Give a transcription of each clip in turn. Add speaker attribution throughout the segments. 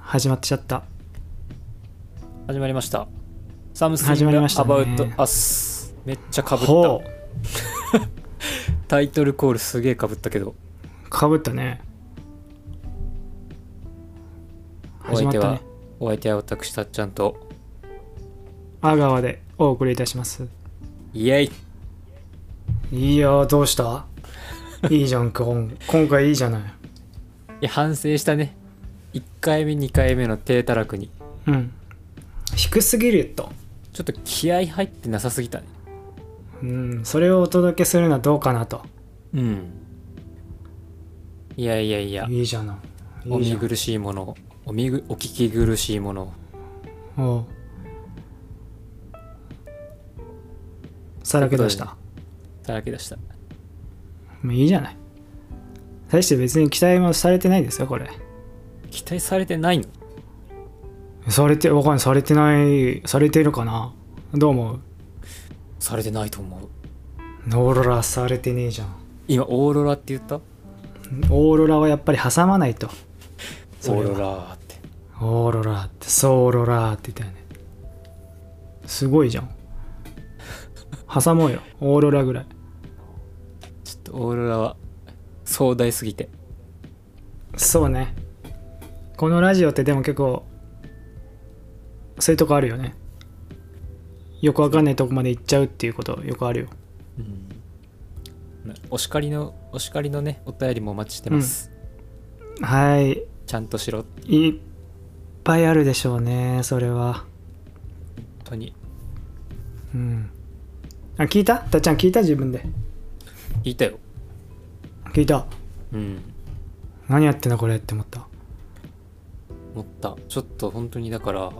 Speaker 1: 始まっちゃった
Speaker 2: 始まりました。サムス
Speaker 1: 始
Speaker 2: ン
Speaker 1: ま
Speaker 2: グ
Speaker 1: りましたね
Speaker 2: about us。めっちゃかぶっ
Speaker 1: ほ
Speaker 2: た。タイトルコールすげえかぶったけど、
Speaker 1: うかぶったね
Speaker 2: お
Speaker 1: 始
Speaker 2: 相
Speaker 1: まっ
Speaker 2: 手
Speaker 1: た
Speaker 2: は、
Speaker 1: ね
Speaker 2: お相手は私たっちゃんと、
Speaker 1: 阿川でお送りいたします
Speaker 2: イエイ
Speaker 1: いやーどうした いいじゃんこん今回いいじゃない
Speaker 2: いや反省したね。1回目、2回目の低たらくに、
Speaker 1: うん低すぎると
Speaker 2: ちょっと気合入ってなさすぎたね。
Speaker 1: うんそれをお届けするのはどうかなと
Speaker 2: うん。いやいやいや、
Speaker 1: いいじゃない
Speaker 2: お
Speaker 1: いいじ
Speaker 2: 見
Speaker 1: ゃん
Speaker 2: 苦しいものを、お見ぐお聞き苦しいものを。
Speaker 1: おうさらけ出した
Speaker 2: だらけ出した。
Speaker 1: もういいじゃない大して別に期待もされてないですよこれ
Speaker 2: 期待されてないの
Speaker 1: されてわかんないされてないされてるかなどう思う
Speaker 2: されてないと思う。
Speaker 1: オーロラされてねえじゃん
Speaker 2: 今、オーロラって言った
Speaker 1: オーロラはやっぱり挟まないとそ
Speaker 2: オ
Speaker 1: れ
Speaker 2: ー
Speaker 1: は
Speaker 2: ロラーって。
Speaker 1: オーロラってソーロラって言ったよねすごいじゃん挟もうよオーロラぐらい
Speaker 2: ちょっとオーロラは壮大すぎて
Speaker 1: そうねこのラジオってでも結構そういうとこあるよねよくわかんないとこまで行っちゃうっていうことよくあるよ
Speaker 2: お叱りのお叱りのねお便りもお待ちしてます、
Speaker 1: はい
Speaker 2: ちゃんとしろ本
Speaker 1: いっぱいあるでしょうねそれは
Speaker 2: 当に
Speaker 1: うんあ聞いたたっちゃん聞いた自分で
Speaker 2: 聞いたよ
Speaker 1: 聞いた
Speaker 2: うん
Speaker 1: 何やってんだこれって思った
Speaker 2: 思ったちょっと本当にだから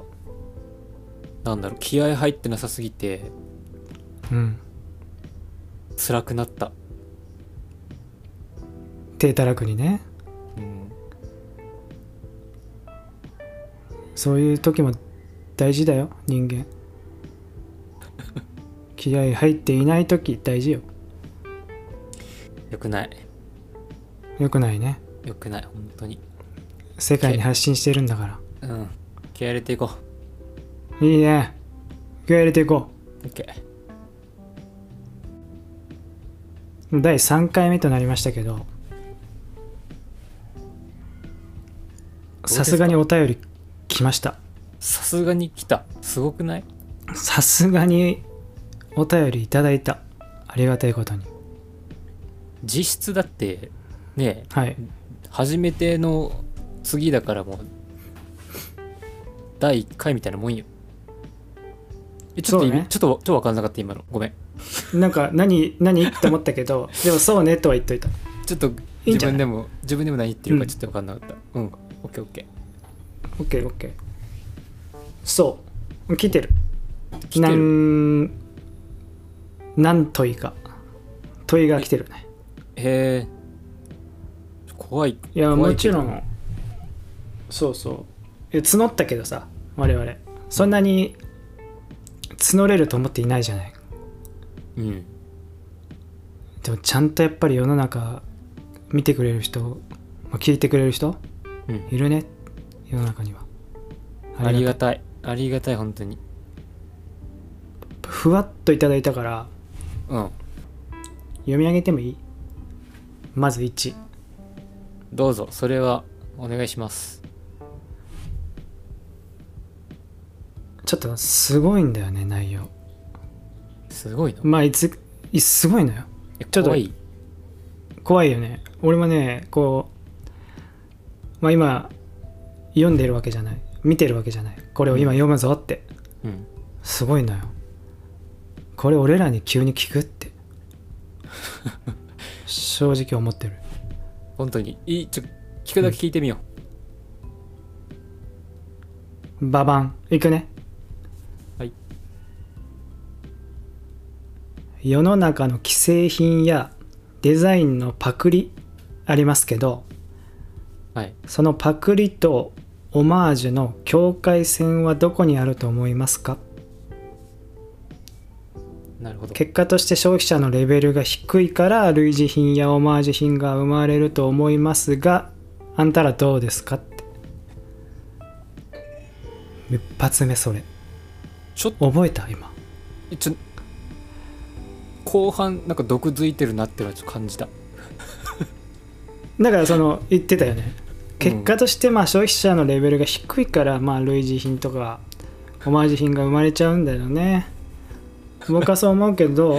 Speaker 2: なんだろう気合入ってなさすぎて
Speaker 1: うん
Speaker 2: 辛くなった、
Speaker 1: 低たらくにね
Speaker 2: うん、
Speaker 1: そういう時も大事だよ人間 気合入っていない時大事よ
Speaker 2: よくない
Speaker 1: よくないね
Speaker 2: よくない本当に
Speaker 1: 世界に発信してるんだから
Speaker 2: うん気合入れていこ
Speaker 1: いいね気合入れていこ
Speaker 2: う OK
Speaker 1: う第3回目となりましたけど
Speaker 2: すか
Speaker 1: さすがにお便り来ました
Speaker 2: さすがに来たすごくない
Speaker 1: さすがにお便りいただいたありがたいことに
Speaker 2: 実質だってねえ
Speaker 1: はい
Speaker 2: 初めての次だからもう第1回みたいなもんよえちょっと意味、
Speaker 1: そうね
Speaker 2: ちょっとちょっと分かんなかった今のごめん
Speaker 1: なんか何何 って思ったけどでもそうねとは言っといた
Speaker 2: ちょっと
Speaker 1: いいん
Speaker 2: 自
Speaker 1: じゃない
Speaker 2: 分でも自分でも何言ってる
Speaker 1: う
Speaker 2: か
Speaker 1: ん
Speaker 2: ちょっと分かんなかったうん、オッケーオッケ
Speaker 1: OKOK そう来てる
Speaker 2: 来てる
Speaker 1: なんなん問いか問いが来てるね
Speaker 2: ーへえ怖い
Speaker 1: いや
Speaker 2: 怖
Speaker 1: も
Speaker 2: け
Speaker 1: ち
Speaker 2: ど
Speaker 1: ろんそうそういや募ったけどさ我々そんなに募れると思っていないじゃない
Speaker 2: うん
Speaker 1: でもちゃんとやっぱり世の中見てくれる人まあ聞いてくれる人
Speaker 2: うん
Speaker 1: いるね世の中には
Speaker 2: あり
Speaker 1: とう
Speaker 2: がたいありがたい本当に
Speaker 1: ふわっといただいたから
Speaker 2: うん
Speaker 1: 読み上げてもいいまず1
Speaker 2: どうぞそれはお願いします
Speaker 1: ちょっとすごいんだよね内容
Speaker 2: すごいの
Speaker 1: まあいついすごいのよ
Speaker 2: え
Speaker 1: ちょっと
Speaker 2: 怖い
Speaker 1: 怖いよね俺もねこうまあ今読んでるわけじゃない見てるわけじゃないこれを今読むぞって
Speaker 2: うん
Speaker 1: すごいのよこれ俺らに急に聞くって 正直思ってる
Speaker 2: 本当にいいちょ聞くだけ聞いてみよ
Speaker 1: ババンいくね
Speaker 2: はい
Speaker 1: 世の中の既製品やデザインのパクリありますけど
Speaker 2: うはい
Speaker 1: そのパクリとオマージュの境界線はどこにあると思いますか
Speaker 2: なるほど
Speaker 1: 結果として消費者のレベルが低いから類似品やオマージュ品が生まれると思いますがあんたらどうですかって一発目それ
Speaker 2: ちょっと
Speaker 1: 覚えた今
Speaker 2: ちょ後半なんか毒づいてるなってのはちょっと感じた
Speaker 1: だからその言ってたよね結果としてまあ消費者のレベルが低いからまあ類似品とかオマージュ品が生まれちゃうんだよね僕はそう思うけど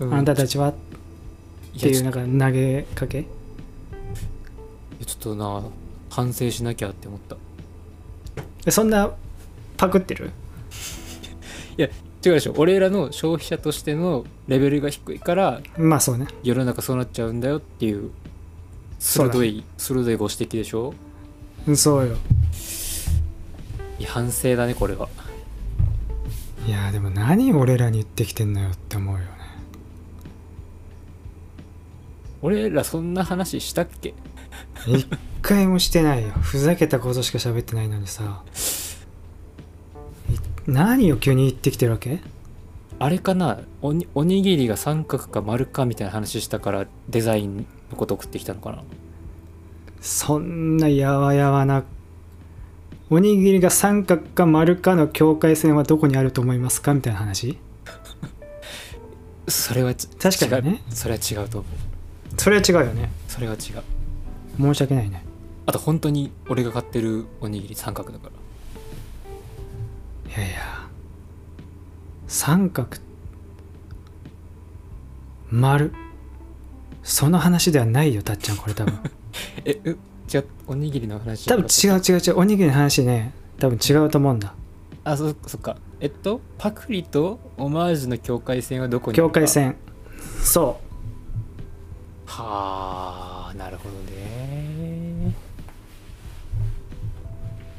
Speaker 2: う
Speaker 1: あなた
Speaker 2: った
Speaker 1: ちはっててい
Speaker 2: いうう
Speaker 1: なんか投げかけ
Speaker 2: ちょっとな反省しなきゃって思った
Speaker 1: そんなパクってる
Speaker 2: 違うでしょ俺らの消費者としてのレベルが低いから
Speaker 1: まあそうね
Speaker 2: 世の中そうなっちゃうんだよっていう
Speaker 1: そうだ
Speaker 2: 鋭い鋭いご指摘でしょ
Speaker 1: そうよ
Speaker 2: いや反省だねこれはい
Speaker 1: やでも何俺らに言ってきてんのよって思うよね
Speaker 2: 俺らそんな話したっけ
Speaker 1: 一回もしてないよふざけたことしか喋ってないのにさい何を急に言ってきてるわけ
Speaker 2: あれかなおにおにぎりが三角か丸かみたいな話したからデザインのこと送ってきたのかな
Speaker 1: そんなやわやわなおにぎりが三角か丸かの境界線はどこにあると思いますかみたいな話
Speaker 2: それはち
Speaker 1: 確かにね
Speaker 2: 違うそれは違うと思う
Speaker 1: それは違うよね
Speaker 2: それは違う
Speaker 1: 申し訳ないね
Speaker 2: あと本当に俺が買ってるおにぎり三角だから
Speaker 1: いやいや三角丸その話ではないよたっちゃんこれ多分
Speaker 2: えう違うおにぎりの話
Speaker 1: 多分違う違う違うおにぎりの話ね多分違うと思うんだ
Speaker 2: あそそっかえっとパクリとオマージュの境界線はどこに
Speaker 1: 境界線そ
Speaker 2: はあなるほどね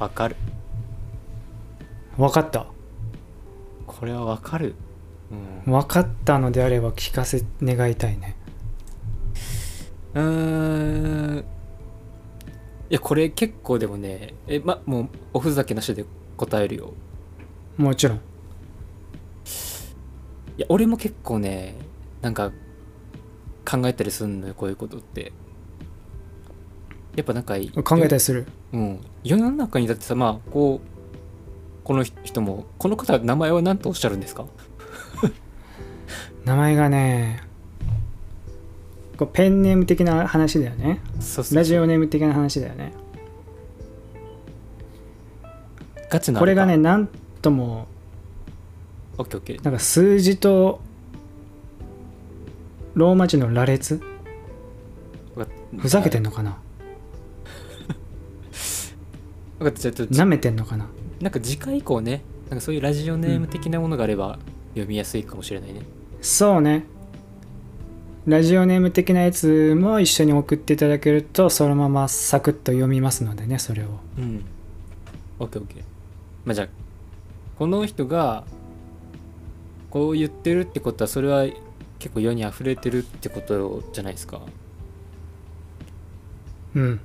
Speaker 2: わかる
Speaker 1: う分かった
Speaker 2: これはわかるうん
Speaker 1: 分かったのであれば聞かせ願いたいね
Speaker 2: うーんいやこれ結構でもねえまもうおふざけなしで答えるよ
Speaker 1: もちろん
Speaker 2: いや俺も結構ねなんか考えたりすんのよこういうことってやっぱなんか
Speaker 1: 考えた
Speaker 2: り
Speaker 1: りする
Speaker 2: うん、世の中にだってさまあこうこの人もこの方は名前は何とおっしゃるんですか
Speaker 1: 名前がねこうペンネーム的な話だよね
Speaker 2: そうそう
Speaker 1: ラジオネーム的な話だよね
Speaker 2: ガチな
Speaker 1: これがねなんとも
Speaker 2: オッケーオッケー
Speaker 1: なんか数字とローマ字の羅列
Speaker 2: わか
Speaker 1: ふざけてんのかな
Speaker 2: 分かったじゃあちょっと
Speaker 1: なめてんのかな
Speaker 2: なんか次回以降ねなんかそういうラジオネーム的なものがあれば読みやすいかもしれないね、
Speaker 1: そうねラジオネーム的なやつも一緒に送っていただけるとそのままサクッと読みますのでねそれを
Speaker 2: うん。オッケーオッケー。まあじゃあ、この人が、こう言ってるってことは、それは結構世に溢れてるってことじゃないですか。
Speaker 1: うん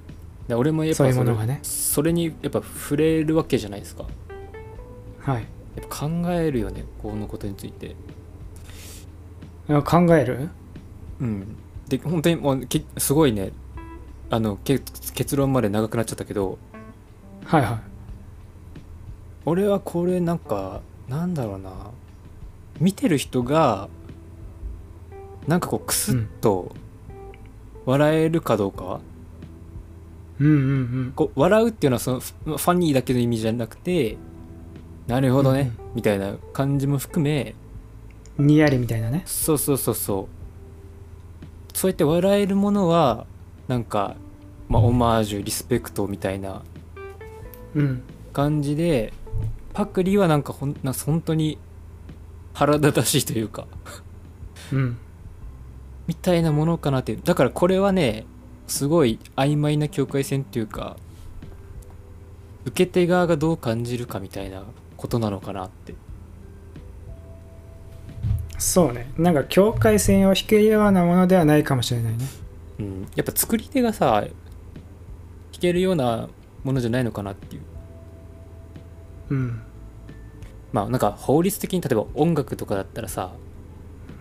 Speaker 2: で俺もやっぱ
Speaker 1: そういう
Speaker 2: れ
Speaker 1: ものがね
Speaker 2: それにやっぱ触れるわけじゃないですか。
Speaker 1: はい
Speaker 2: やっぱ考えるよね、このことについて。
Speaker 1: あ考える
Speaker 2: うん。で、本当にもう、けすごいね、あの、け結論まで長くなっちゃったけど、
Speaker 1: はいは
Speaker 2: 俺はこれなんかなんだろうな見てる人がなんかこうクスッと笑えるかどうか、
Speaker 1: いうんうんうん
Speaker 2: こう笑うっていうのはそのフファニーだけの意味じゃなくてなるほどね、みたいな感じも含め
Speaker 1: にやりみたいなね
Speaker 2: そうそうそうそうそうやって笑えるものはなんか、まあ、オマージュリスペクトみたいな
Speaker 1: うん
Speaker 2: 感じでパクリはなんかほんなんか本当に腹立たしいというか
Speaker 1: うん
Speaker 2: みたいなものかなっていうだからこれはねすごい曖昧な境界線っていうか受け手側がどう感じるかみたいなことなのかなって
Speaker 1: そうねなんか境界線を引けるようなものではないかもしれないね
Speaker 2: うんやっぱ作り手がさ弾けるようなものじゃないのかなっていう
Speaker 1: うん
Speaker 2: まあなんか法律的に例えば音楽とかだったらさ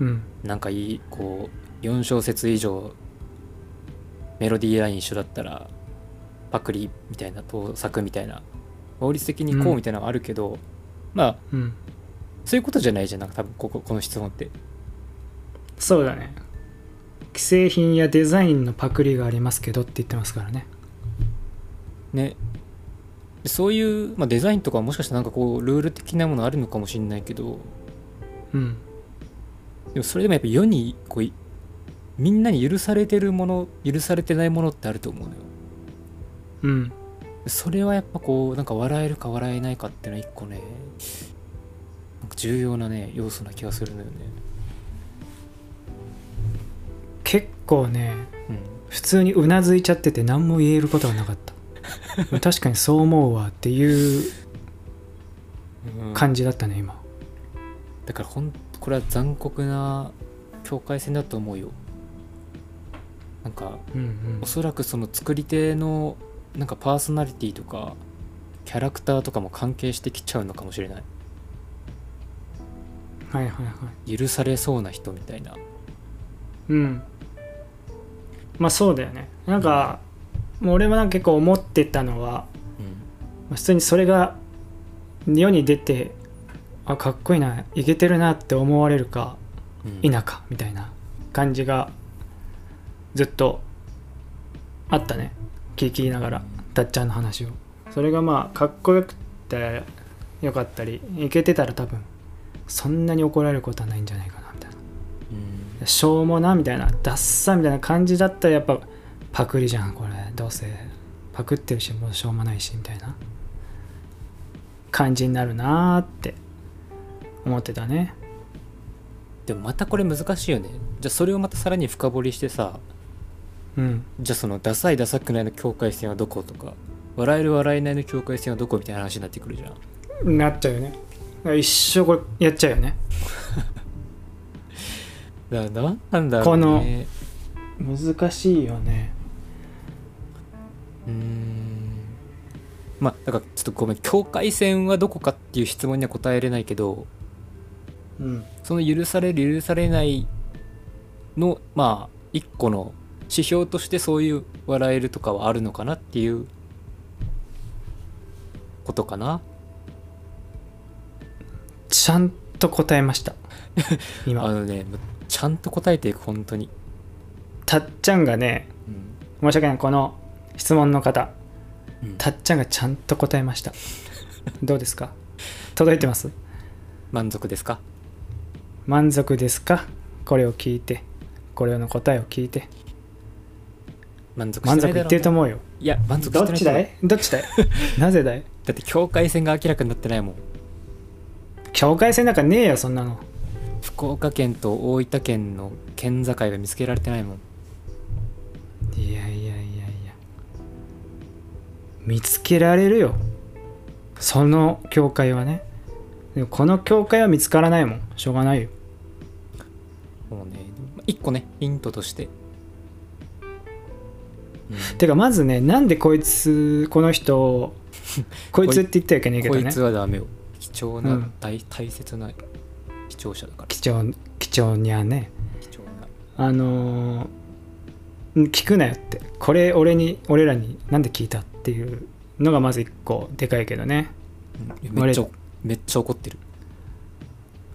Speaker 1: うん
Speaker 2: なんかいいこう4小節以上メロディーライン一緒だったらパクリみたいな盗作みたいな法律的にこうみたいなのはあるけど、まあ
Speaker 1: うん
Speaker 2: そういうことじゃないじゃんなんか多分こここの質問って
Speaker 1: そうだね既製品やデザインのパクリがありますけどって言ってますからね
Speaker 2: ねでそういう、まあ、デザインとかはもしかしたらなんかこうルール的なものあるのかもしれないけど
Speaker 1: うん
Speaker 2: でもそれでもやっぱ世にこういみんなに許されてるもの許されてないものってあると思うのよ
Speaker 1: うん
Speaker 2: それはやっぱこうなんか笑えるか笑えないかっていうのは一個ねなんか重要なね要素な気がするのよね
Speaker 1: 結構ね
Speaker 2: うん
Speaker 1: 普通にうなずいちゃってて何も言えることがなかった確かにそう思うわっていう
Speaker 2: うん
Speaker 1: 感じだったね今
Speaker 2: だからほんこれは残酷な境界線だと思うよなんか
Speaker 1: うんうん
Speaker 2: おそらくその作り手のなんかパーソナリティとかキャラクターとかも関係してきちゃうのかもしれない
Speaker 1: はいはいはい
Speaker 2: 許されそうな人みたいな
Speaker 1: うんまあそうだよねなんか、もう俺もなんか結構思ってたのはまあ普通にそれが世に出てあかっこいいなイケてるなって思われるか
Speaker 2: うん
Speaker 1: 否かみたいな感じがずっとあったね聞きながらたっちゃんの話をそれがまあかっこよくてよかったりイケてたら多分そんなに怒られることはないんじゃないかなみたい
Speaker 2: うん
Speaker 1: なしょうもなみたいなダッサみたいな感じだったらやっぱパクリじゃんこれどうせパクってるしもうしょうもないしみたいな感じになるなーって思ってたね
Speaker 2: でもまたこれ難しいよねじゃあそれをまたさらに深掘りしてさ
Speaker 1: うん
Speaker 2: じゃあそのダサいダサくないの境界線はどことか笑える笑えないの境界線はどこみたいな話になってくるじゃん
Speaker 1: なっちゃうよね一生これやっちゃうよね
Speaker 2: だからなんなんだろうね
Speaker 1: 難しいよね
Speaker 2: うーんまあだからちょっとごめん境界線はどこかっていう質問には答えれないけど
Speaker 1: うん
Speaker 2: その許される許されないのまあ一個の指標としてそういう笑えるとかはあるのかなっていうことかな
Speaker 1: ちゃんと答えました
Speaker 2: あ
Speaker 1: 今
Speaker 2: のねもうちゃんと答えていく本当に、
Speaker 1: たっちゃんがね
Speaker 2: うん
Speaker 1: 申し訳ないこの質問の方
Speaker 2: うん
Speaker 1: たっちゃんがちゃんと答えましたどうですか届いてます
Speaker 2: 満足ですか
Speaker 1: 満足ですかこれを聞いてこれの答えを聞いて
Speaker 2: 満足し
Speaker 1: 満
Speaker 2: てな
Speaker 1: 足
Speaker 2: いだろ
Speaker 1: いっ
Speaker 2: う
Speaker 1: てると
Speaker 2: な
Speaker 1: 思うよ
Speaker 2: いや満足して
Speaker 1: ど
Speaker 2: ない
Speaker 1: っちだいどっちだいなぜだい
Speaker 2: だって境界線が明らかになってないもん
Speaker 1: 境界線なんかねえよそんなの
Speaker 2: 福岡県と大分県の県境が見つけられてないもん
Speaker 1: いやいやいやいや見つけられるよその教会はねでもこの教会は見つからないもんしょうがないよ
Speaker 2: もうねまあ一個ねヒントとして、うん
Speaker 1: てかまずねなんでこいつこの 人をこいつって言ったらいけないけど
Speaker 2: こ
Speaker 1: ね
Speaker 2: いつはダメよ貴重な、
Speaker 1: うん
Speaker 2: 大大切な視聴者だから
Speaker 1: 貴重貴重にはね
Speaker 2: 貴重な
Speaker 1: あのーん聞くなよってこれ俺に俺らになんで聞いたっていうのがまず一個でかいけどね
Speaker 2: うんめっちゃめっちゃ怒ってる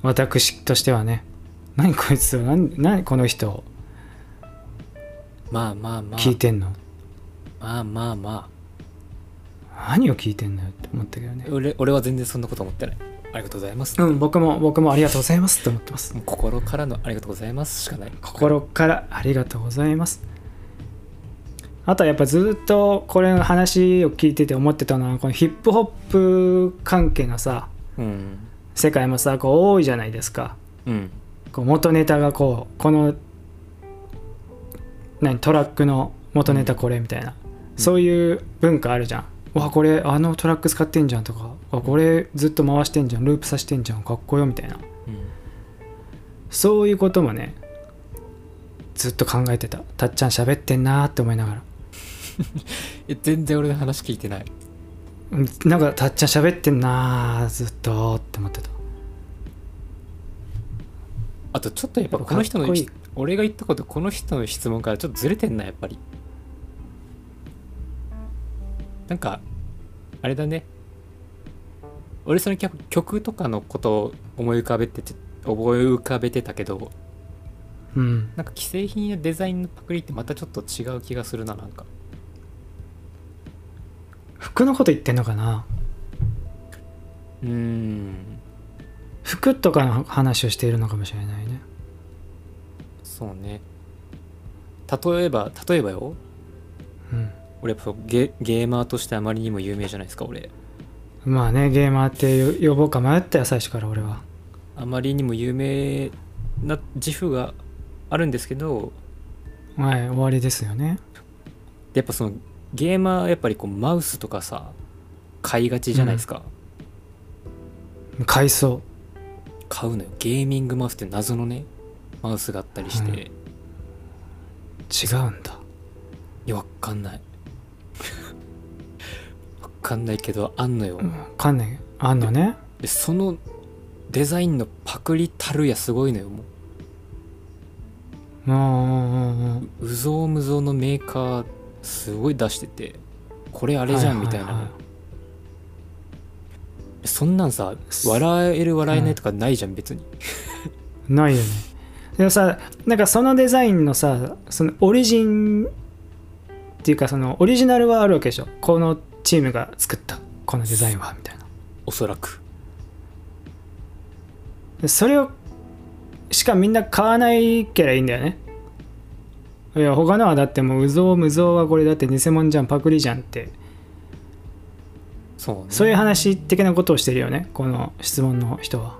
Speaker 1: 私としてはね何こいつを何何この人を
Speaker 2: まあまあまあ
Speaker 1: 聞いてんの
Speaker 2: まあまあま
Speaker 1: 何を聞いてんのよって思ったけどね
Speaker 2: あ俺俺は全然そんなこと思ってないありがとうございます、
Speaker 1: うん僕も僕もありがとうございますと思ってます
Speaker 2: もう心からのありがとうございますしかない
Speaker 1: 心からありがとうございますあとはやっぱずっとこれの話を聞いてて思ってたのはこのヒップホップ関係のさ
Speaker 2: うん
Speaker 1: 世界もさこう多いじゃないですか
Speaker 2: うん
Speaker 1: こう元ネタがこうこの何トラックの元ネタこれみたいな、そういう文化あるじゃんわこれあのトラック使ってんじゃんとかわこれずっと回してんじゃんループさせてんじゃんかっこよみたいな
Speaker 2: うん
Speaker 1: そういうこともねずっと考えてたたっちゃん喋ってんなーって思いながら
Speaker 2: え全然俺の話聞いてない
Speaker 1: うんなんかたっちゃん喋ってんなーずっとーって思ってた
Speaker 2: あとちょっとやっぱこの人の
Speaker 1: かっこいい
Speaker 2: 俺が言ったことこの人の質問からちょっとずれてんなやっぱりなんかあれだね俺その曲曲とかのことを思い浮かべてて思い浮かべてたけど
Speaker 1: うん
Speaker 2: なんか既製品やデザインのパクリってまたちょっと違う気がするななんか
Speaker 1: 服のこと言ってんのかな
Speaker 2: うーん
Speaker 1: 服とかの話をしているのかもしれないね
Speaker 2: そうね例えば例えばよ
Speaker 1: うん
Speaker 2: 俺やっぱゲゲーマーとしてあまりにも有名じゃないですか俺
Speaker 1: まあねゲーマーって呼ぼうか迷ったよ最初から俺は
Speaker 2: あまりにも有名な自負があるんですけど
Speaker 1: はい終わりですよね
Speaker 2: やっぱそのゲーマーはやっぱりこうマウスとかさ買いがちじゃないですか、
Speaker 1: 買いそ
Speaker 2: 買うのよゲーミングマウスって謎のねマウスがあったりして、
Speaker 1: うん
Speaker 2: いう
Speaker 1: 違うんだ
Speaker 2: やわかんない わかんないけどあんのよ、
Speaker 1: うんわかんないあんのね
Speaker 2: でそのデザインのパクリたるやすごいのよも
Speaker 1: うんうんうんうん
Speaker 2: ううぞうむぞうのメーカーすごい出しててこれあれじゃん
Speaker 1: は
Speaker 2: み
Speaker 1: は
Speaker 2: たい
Speaker 1: は
Speaker 2: な、そんなんさ笑える笑えないとかないじゃん別に
Speaker 1: ないよねでもさなんかそのデザインのさそのオリジンっていうかそのオリジナルはあるわけでしょこのチームが作ったこのデザインはみたいな
Speaker 2: おそらく
Speaker 1: でそれをしかみんな買わないけらいいんだよねいや他のはだってもううぞうむぞうはこれだって偽物じゃんパクリじゃんって
Speaker 2: そうね
Speaker 1: そういう話的なことをしてるよねこの質問の人は。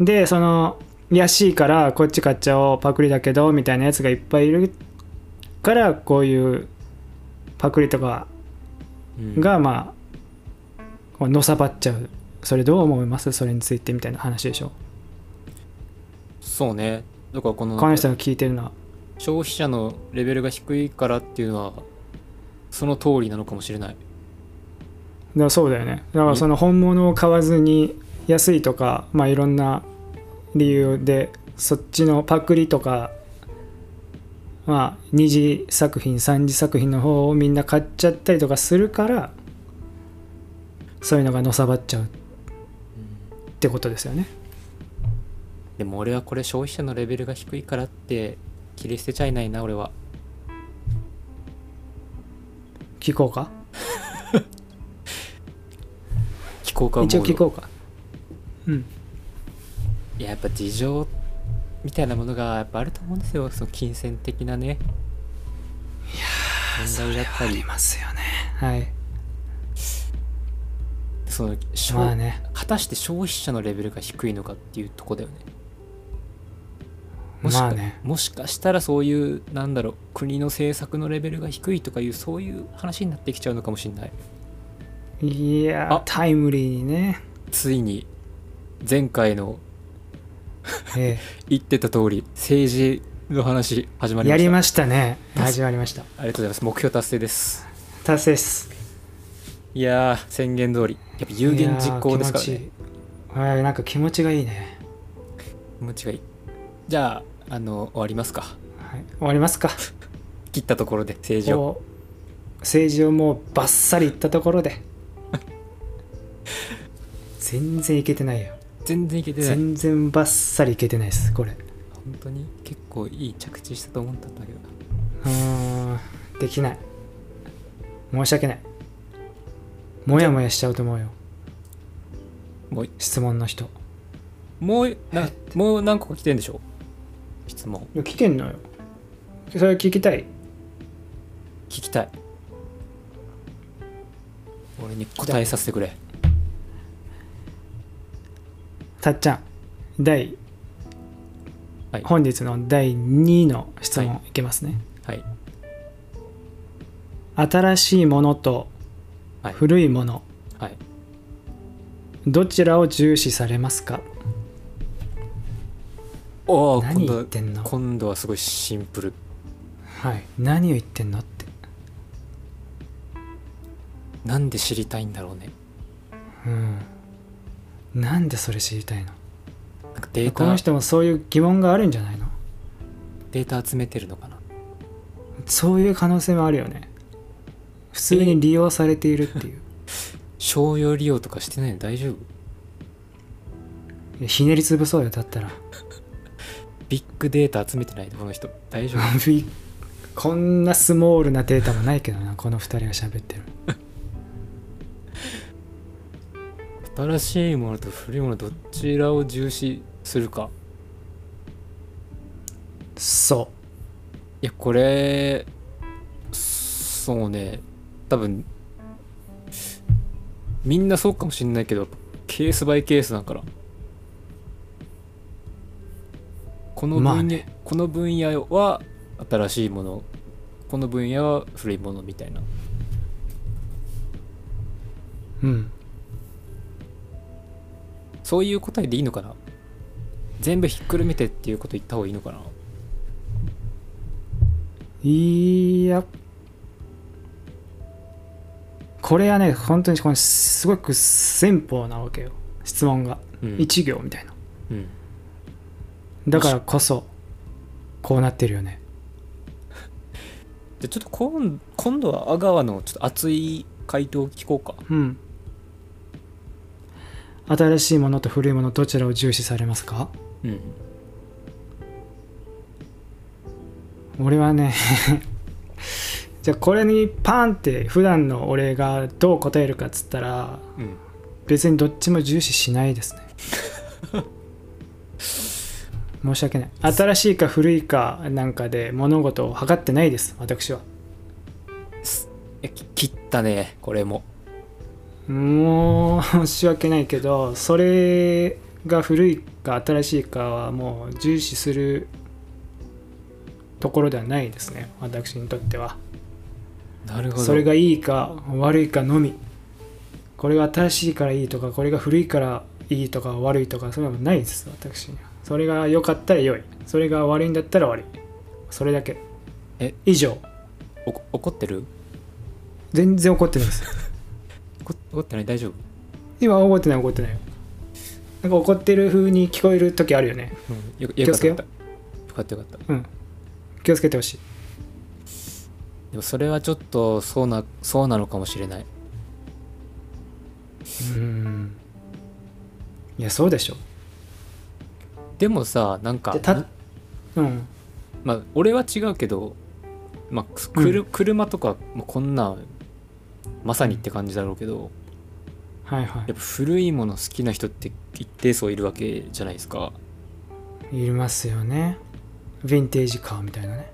Speaker 1: でその安いからこっち買っちゃおうパクリだけどみたいなやつがいっぱいいるからこういうパクリとか
Speaker 2: うん
Speaker 1: がまあこうのさばっちゃうそれどう思いますそれについてみたいな話でしょ。
Speaker 2: そうねだからこの
Speaker 1: この人が聞いてるのは。
Speaker 2: 消費者のレベルが低いからっていうのはその通りなのかもしれない
Speaker 1: だからそうだよねだからその本物を買わずに安いとかまあいろんな理由でそっちのパクリとかまあ二次作品三次作品の方をみんな買っちゃったりとかするからそういうのがのさばっちゃうってことですよね
Speaker 2: でも俺はこれ消費者のレベルが低いからって切り捨てちゃいないな俺は
Speaker 1: 聞こうか
Speaker 2: 聞こうか思う
Speaker 1: 一
Speaker 2: よ
Speaker 1: 応聞こうかうん
Speaker 2: いややっぱ事情みたいなものがやっぱあると思うんですよその金銭的なね問題だったり
Speaker 1: ますよねはい
Speaker 2: その消
Speaker 1: まあね
Speaker 2: 果たして消費者のレベルが低いのかっていうとこだよねもしか
Speaker 1: まあね
Speaker 2: もしかしたらそういうなんだろう国の政策のレベルが低いとかいうそういう話になってきちゃうのかもしれない
Speaker 1: いやー
Speaker 2: あ
Speaker 1: タイムリーにね、
Speaker 2: ついに前回の
Speaker 1: え
Speaker 2: 言ってた通り政治の話始ま
Speaker 1: え、
Speaker 2: りま
Speaker 1: や
Speaker 2: した
Speaker 1: りましたね
Speaker 2: よし
Speaker 1: 始まりました
Speaker 2: ありがとうございます目標達成です
Speaker 1: 達成です
Speaker 2: いやー宣言通りやっぱ有言実行ですから
Speaker 1: いや
Speaker 2: ね
Speaker 1: ー気持ちいいはいなんか気持ちがいいね、
Speaker 2: 気持ちがいいじゃああの終わりますか
Speaker 1: はい、終わりますか
Speaker 2: 切ったところで政治を
Speaker 1: こう政治をもうバッサリいったところで全然いけてないよ
Speaker 2: 全然いけてない
Speaker 1: 全然バッサリいけてないですこれ
Speaker 2: 本当に結構いい着地したと思ったんだけどな
Speaker 1: うーんできない申し訳ないもやもやしちゃうと思うよ
Speaker 2: もう
Speaker 1: 質問の人
Speaker 2: もうなもう何個か来てんでしょ質問
Speaker 1: いや来てんのよそれ聞きたい
Speaker 2: 聞きたい俺に答えさせてくれ
Speaker 1: たっちゃん第、
Speaker 2: はい
Speaker 1: 本日の第2の質問、、
Speaker 2: はい
Speaker 1: けますね
Speaker 2: はい
Speaker 1: 新しいものと
Speaker 2: はい
Speaker 1: 古いもの、
Speaker 2: はい
Speaker 1: どちらを重視されますか
Speaker 2: おお今度
Speaker 1: 何言
Speaker 2: は
Speaker 1: ってんの
Speaker 2: 今度はすごいシンプル
Speaker 1: はい何を言ってんのって
Speaker 2: なんで知りたいんだろうね
Speaker 1: うんなんでそれ知りたいの
Speaker 2: なんかデー
Speaker 1: この
Speaker 2: タ
Speaker 1: 人もそういう疑問があるんじゃないの
Speaker 2: データ集めてるのかな
Speaker 1: そういう可能性もあるよね普通に利用されているっていう、
Speaker 2: 商用利用とかしてないの大丈夫
Speaker 1: いやひねり潰そうよだったら
Speaker 2: ビッグデータ集めてないのこの人大 丈夫
Speaker 1: びこんなスモールなデータもないけどなこの2人が喋ってる
Speaker 2: 新しいものと古いものどちらを重視するか
Speaker 1: そ
Speaker 2: いやこれそうね多分みんなそうかもしんないけどケースバイケースだからこの分野、
Speaker 1: まあね
Speaker 2: この分野は新しいものこの分野は古いものみたいな
Speaker 1: ううん
Speaker 2: そういう答えでいいのかな全部ひっくるめてっていうこと言った方がいいのかない
Speaker 1: やこれはね本当にこのすごく先方なわけよ質問が、
Speaker 2: うん、
Speaker 1: 一行みたいな
Speaker 2: うん、
Speaker 1: だからこそこうなってるよね
Speaker 2: じゃあちょっと今今度は阿川のちょっと熱い回答を聞こうか
Speaker 1: うん新しいものと古いものどちらを重視されますか
Speaker 2: うん
Speaker 1: 俺はね じゃあこれにパンって普段の俺がどう答えるかっつったら
Speaker 2: うん
Speaker 1: 別にどっちも重視しないですね申し訳ない新しいか古いかなんかで物事を測ってないです私は
Speaker 2: えき切ったねこれも
Speaker 1: もう申し訳ないけどそれが古いか新しいかはもう重視するところではないですね私にとっては
Speaker 2: なるほど
Speaker 1: それがいいか悪いかのみこれが新しいからいいとかこれが古いからいいとか悪いとかそういうのはないです私にはそれが良かったら良いそれが悪いんだったら悪いそれだけ
Speaker 2: え
Speaker 1: 以上
Speaker 2: おこ怒ってる
Speaker 1: 全然怒ってないです
Speaker 2: 怒怒ってない大丈夫、
Speaker 1: 今怒ってない怒ってないよなんか怒ってる風に聞こえる時あるよね
Speaker 2: うん、よ
Speaker 1: 気をつけよ
Speaker 2: よかったよかったよかった
Speaker 1: うん気をつけてほしい
Speaker 2: でもそれはちょっとそうなそうなのかもしれない
Speaker 1: うんいやそうでしょ
Speaker 2: でもさなんか
Speaker 1: でたうん
Speaker 2: まあ俺は違うけど、まあ、くる車とか、まあ、こんなんまさにって感じだろうけど
Speaker 1: はいは
Speaker 2: やっぱ古いもの好きな人って一定数いるわけじゃないですか
Speaker 1: いいますよねヴィンテージカーみたいなね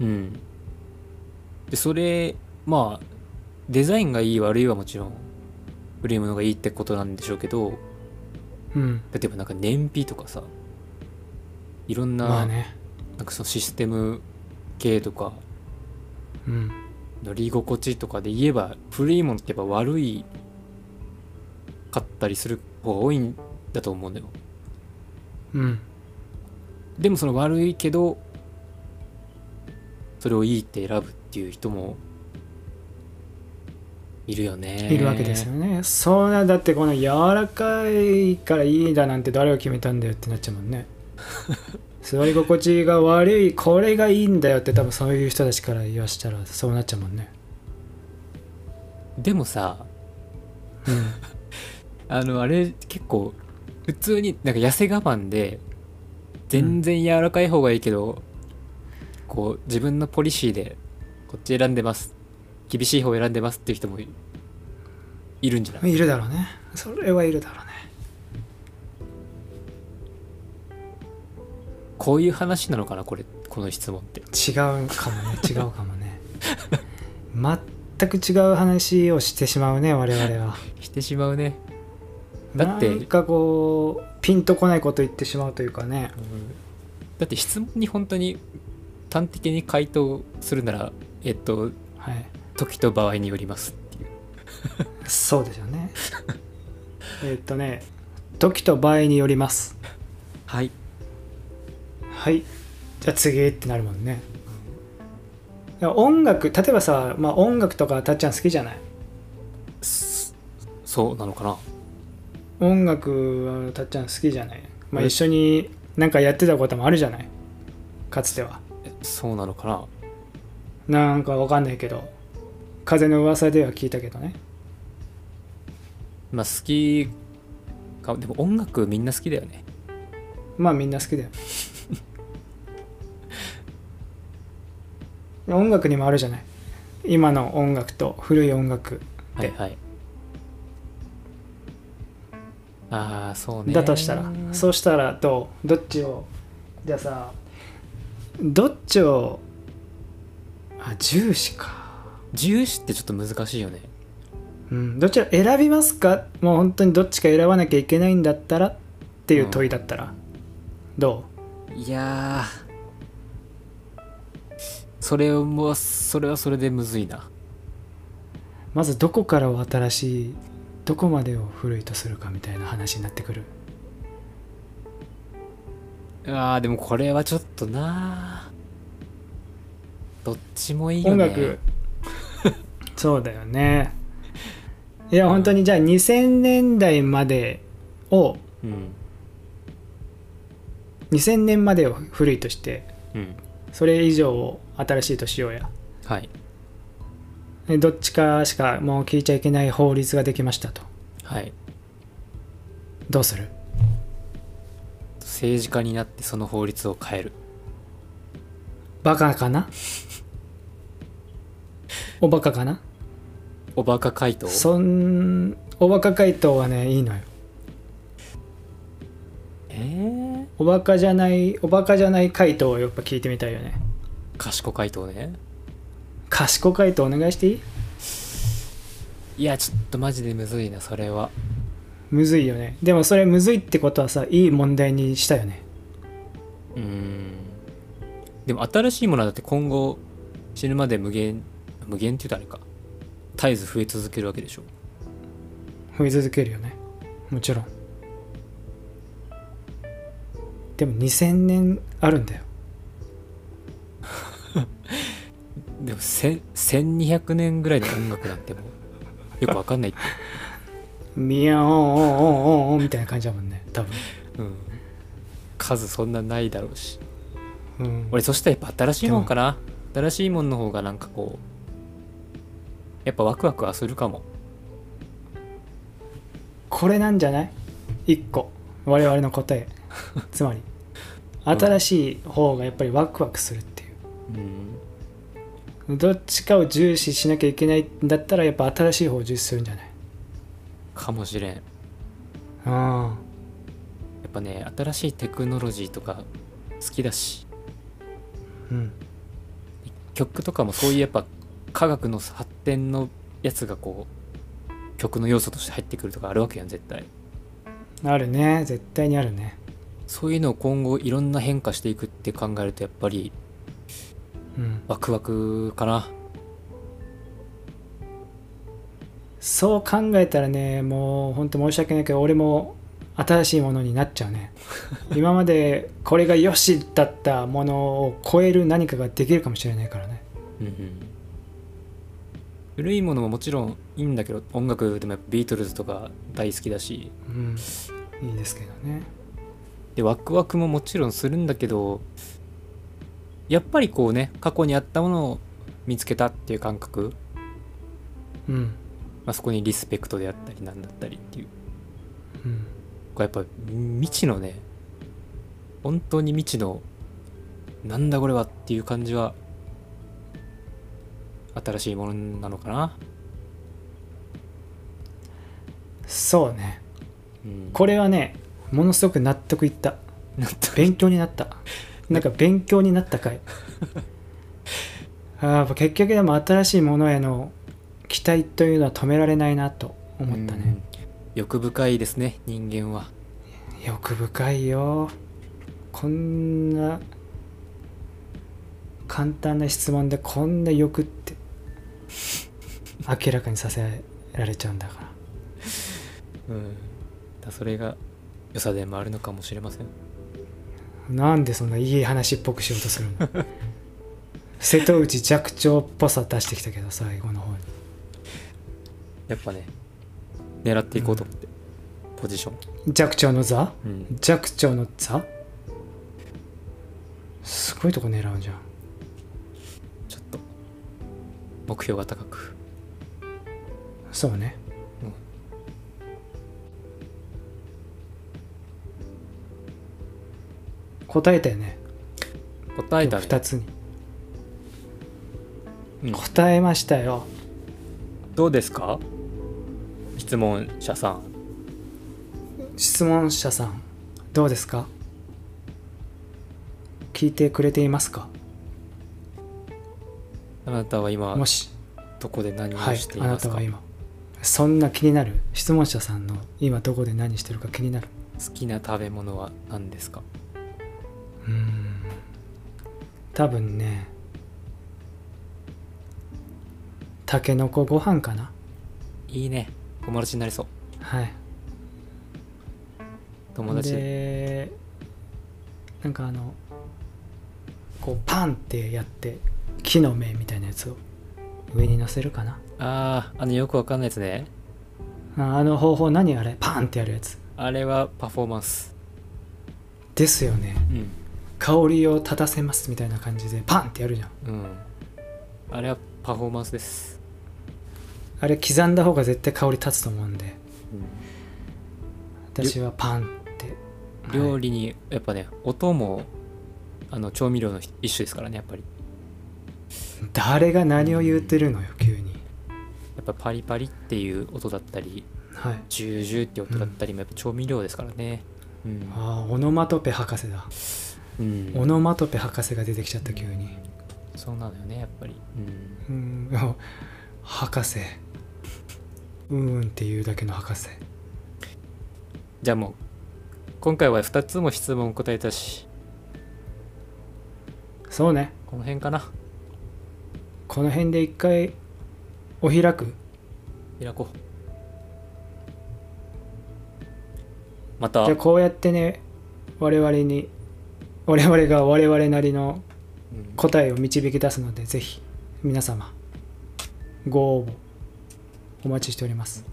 Speaker 2: うんでそれまあデザインがいい悪いはもちろん古いものがいいってことなんでしょうけど
Speaker 1: うん
Speaker 2: 例えばなんか燃費とかさいろんな,、
Speaker 1: まあね
Speaker 2: なんかそのシステム系とか
Speaker 1: うん
Speaker 2: 乗り心地とかで言えば古いものってやっぱ悪いかったりする方が多いんだと思うんだよ
Speaker 1: うん
Speaker 2: でもその悪いけどそれをいいって選ぶっていう人もいるよね
Speaker 1: いるわけですよね、そんなだってこの柔らかいからいいだなんて誰が決めたんだよってなっちゃうも んね座り心地が悪いこれがいいんだよって多分そういう人たちから言わしたらそうなっちゃうもんね
Speaker 2: でもさ
Speaker 1: うん
Speaker 2: あのあれ結構普通になんか痩せ我慢で全然柔らかい方がいいけど、こう自分のポリシーでこっち選んでます厳しい方選んでますっていう人もいいるんじゃない、
Speaker 1: いるだろうねそれはいるだろうね
Speaker 2: こういう話なのかなこれこの質問って
Speaker 1: 違うかもね違うかもね全く違う話をしてしまうね我々は
Speaker 2: してしまうねだって
Speaker 1: なんかこうピンとこないこと言ってしまうというかね
Speaker 2: だって質問に本当に端的に回答するならえっと
Speaker 1: はい
Speaker 2: 時と場合によりますっていう
Speaker 1: そうですよね えーっとね時と場合によります
Speaker 2: はい
Speaker 1: はいじゃあ次ってなるもんねでも音楽例えばさ、まあ、音楽とかたっちゃん好きじゃない
Speaker 2: そそうなのかな
Speaker 1: 音楽はたっちゃん好きじゃない、まあ、
Speaker 2: うん
Speaker 1: 一緒になんかやってたこともあるじゃないかつては
Speaker 2: えそうなのかな
Speaker 1: なんかわかんないけど風の噂では聞いたけどね
Speaker 2: まあ好きかでも音楽みんな好きだよね
Speaker 1: まあみんな好きだよ音楽にもあるじゃない今の音楽と古い音楽
Speaker 2: はいはいああそうね
Speaker 1: だとしたら、そうしたらどうどっちをじゃあさどっちをあ重視か
Speaker 2: 重視ってちょっと難しいよね
Speaker 1: うんどちら選びますかもう本当にどっちか選ばなきゃいけないんだったらっていう問いだったら、ど
Speaker 2: いやーそれもそれはそれでむずいな
Speaker 1: うまずどこからを新しいどこまでを古いとするかみたいな話になってくる
Speaker 2: あーでもこれはちょっとなどっちもいいよ
Speaker 1: 音
Speaker 2: ね
Speaker 1: 楽、 そうだよねいや本当にじゃあ2000年代までを
Speaker 2: うん
Speaker 1: 2000年までを古いとして
Speaker 2: うん
Speaker 1: それ以上を新しいとしようや
Speaker 2: はい
Speaker 1: でどっちかしかもう聞いちゃいけない法律ができましたと
Speaker 2: はい
Speaker 1: どうする
Speaker 2: 政治家になってその法律を変える
Speaker 1: バカ かなおバカかな
Speaker 2: おバカ回答
Speaker 1: そんおバカ回答はねいいのよ
Speaker 2: えー、
Speaker 1: おバカじゃないおバカじゃない回答をやっぱ聞いてみたいよね
Speaker 2: 賢回答ね
Speaker 1: 賢い回答お願いしていい
Speaker 2: いやちょっとマジでむずいなそれは
Speaker 1: むずいよねでもそれむずいってことはさいい問題にしたよね
Speaker 2: うーんでも新しいものはだって今後死ぬまで無限無限って言うとあれか絶えず増え続けるわけでしょ
Speaker 1: 増え続けるよねもちろんでも2000年あるんだよ
Speaker 2: でも1000 1200年ぐらいの音楽なんてもうよくわかんないって、
Speaker 1: ミヤオンオンオンオンオンみたいな感じだもんね多分、
Speaker 2: うん、数そんなないだろうし
Speaker 1: うん、
Speaker 2: 俺そしたらやっぱ新しいもんかな新しいもんの方がなんかこうやっぱワクワクはするかも
Speaker 1: これなんじゃない一個我々の答えつまり新しい方がやっぱりワクワクするっていう
Speaker 2: うん
Speaker 1: どっちかを重視しなきゃいけないんだったらやっぱ新しい方を重視するんじゃない
Speaker 2: かもしれんや
Speaker 1: あ
Speaker 2: っぱね新しいテクノロジーとか好きだし
Speaker 1: あうん
Speaker 2: 曲とかもそういうやっぱ科学の発展のやつがこう曲の要素として入ってくるとかあるわけやん絶対
Speaker 1: あるね絶対にあるね
Speaker 2: そういうのを今後いろんな変化していくって考えるとやっぱり
Speaker 1: うん
Speaker 2: ワクワクかな
Speaker 1: そう考えたらねもう本当申し訳ないけど俺も新しいものになっちゃ うね今までこれがよしだったものを超える何かができるかもしれないからね
Speaker 2: うんうん古いものももちろんいいんだけど音楽でもやっぱビートルズとか大好きだし
Speaker 1: うんいいですけどね
Speaker 2: でワクワクももちろんするんだけどやっぱりこうね過去にあったものを見つけたっていう感覚、
Speaker 1: うん
Speaker 2: まあ、そこにリスペクトであったりなんだったりっていう
Speaker 1: うん
Speaker 2: これやっぱ未知のね本当に未知のなんだこれはっていう感じは新しいものなのかな、
Speaker 1: そうね
Speaker 2: うん、
Speaker 1: これはねものすごく納得いった
Speaker 2: なんと
Speaker 1: 勉強になったなんか勉強になっ た回あーやっぱ結局でも新しいものへの期待というのは止められないなと思ったね、
Speaker 2: うん欲深いですね人間は
Speaker 1: 欲深いよこんな簡単な質問でこんな欲って明らかにさせられちゃうんだから
Speaker 2: うんだそれが良さでもあるのかもしれません
Speaker 1: なんでそんないい話っぽくしようとするの瀬戸内寂聴っぽさ出してきたけど最後の方に
Speaker 2: やっぱね狙っていこうと思って、ポジション、
Speaker 1: 寂聴の座
Speaker 2: うん、
Speaker 1: 寂聴の座すごいとこ狙うじゃん
Speaker 2: ちょっと目標が高く
Speaker 1: そうね、
Speaker 2: うん
Speaker 1: 答えたよね
Speaker 2: 答えたね
Speaker 1: 2つに、
Speaker 2: うん
Speaker 1: 答えましたよ
Speaker 2: どうですか質問者さん
Speaker 1: 質問者さんどうですか聞いてくれていますか
Speaker 2: あなたは今
Speaker 1: もし
Speaker 2: どこで何を
Speaker 1: はい
Speaker 2: してい
Speaker 1: あな
Speaker 2: ます
Speaker 1: た
Speaker 2: か、
Speaker 1: は今そんな気になる質問者さんの今どこで何してるか気になる
Speaker 2: 好きな食べ物は何ですか
Speaker 1: うーん多分ねたけのこご飯かない
Speaker 2: いね友達になりそう
Speaker 1: はい
Speaker 2: 友達
Speaker 1: でなんかあのこうパンってやって木の芽みたいなやつを上に乗せるかな
Speaker 2: あああのよくわかんないやつね
Speaker 1: ああの方法何あれパンってやるやつ
Speaker 2: あれはパフォーマンス
Speaker 1: ですよね
Speaker 2: うん
Speaker 1: 香りを立たせますみたいな感じでパンってやるじゃん
Speaker 2: うんあれはパフォーマンスです、
Speaker 1: あれ刻んだ方が絶対香り立つと思うんで私はパンって
Speaker 2: 料理
Speaker 1: 理
Speaker 2: にやっぱね音もあの調味料の一種ですからねやっぱり
Speaker 1: 誰が何を言ってるのよ急に
Speaker 2: やっぱパリパリっていう音だったり
Speaker 1: はい
Speaker 2: ジュージューって音だったりもやっぱ調味料ですからねうん、
Speaker 1: ああオノマトペ博士だ
Speaker 2: うん
Speaker 1: オノマトペ博士が出てきちゃった急に
Speaker 2: そうなのよねやっぱりうん
Speaker 1: うーん博士うーんっていうだけの博士
Speaker 2: じゃあもう今回は2つも質問答えたし
Speaker 1: そうね
Speaker 2: この辺かな
Speaker 1: この辺で一回お開く
Speaker 2: 開こうまた
Speaker 1: じゃあこうやってね我々に我々が我々なりの
Speaker 2: うん
Speaker 1: 答えを導き出すのでぜひ皆様ご応募お待ちしております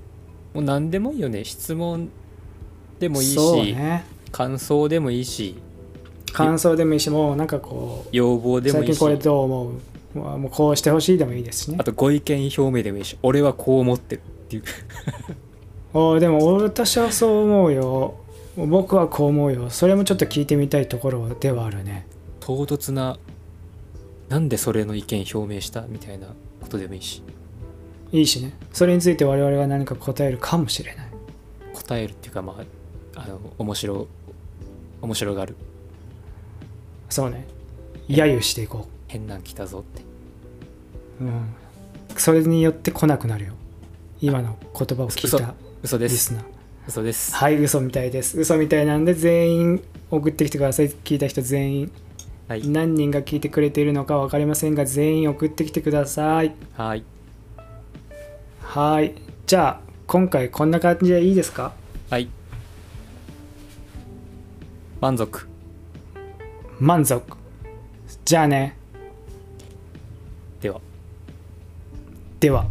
Speaker 2: もう何でもいいよね質問でもいいし、
Speaker 1: そうね
Speaker 2: 感想でもいいし
Speaker 1: 感想でもいいしもうなんかこう
Speaker 2: 要望でも
Speaker 1: 最
Speaker 2: いい
Speaker 1: 近
Speaker 2: し
Speaker 1: これどう思うもうもうこうしてほしいでもいいですしね
Speaker 2: あとご意見表明でもいいし俺はこう思ってるっていう
Speaker 1: ああでも私はそう思うよ僕はこう思うよそれもちょっと聞いてみたいところではあるね
Speaker 2: 唐突ななんでそれの意見表明したみたいなことでもいいし
Speaker 1: いいしねそれについて我々が何か答えるかもしれない
Speaker 2: 答えるっていうかまああの面白面白がある
Speaker 1: そうね揶揄していこ
Speaker 2: 変なん来たぞって
Speaker 1: う、うん、それによって来なくなるよ今の言葉を聞いた
Speaker 2: 嘘で
Speaker 1: リ
Speaker 2: す
Speaker 1: スナー
Speaker 2: 嘘です
Speaker 1: はい嘘みたいです嘘みたいなんで全員送ってきてください聞いた人全員
Speaker 2: はい
Speaker 1: 何人が聞いてくれているのか分かりませんが全員送ってきてください
Speaker 2: はい
Speaker 1: はいじゃあ今回こんな感じでいいですか
Speaker 2: はい満足
Speaker 1: 満足じゃあね
Speaker 2: では
Speaker 1: では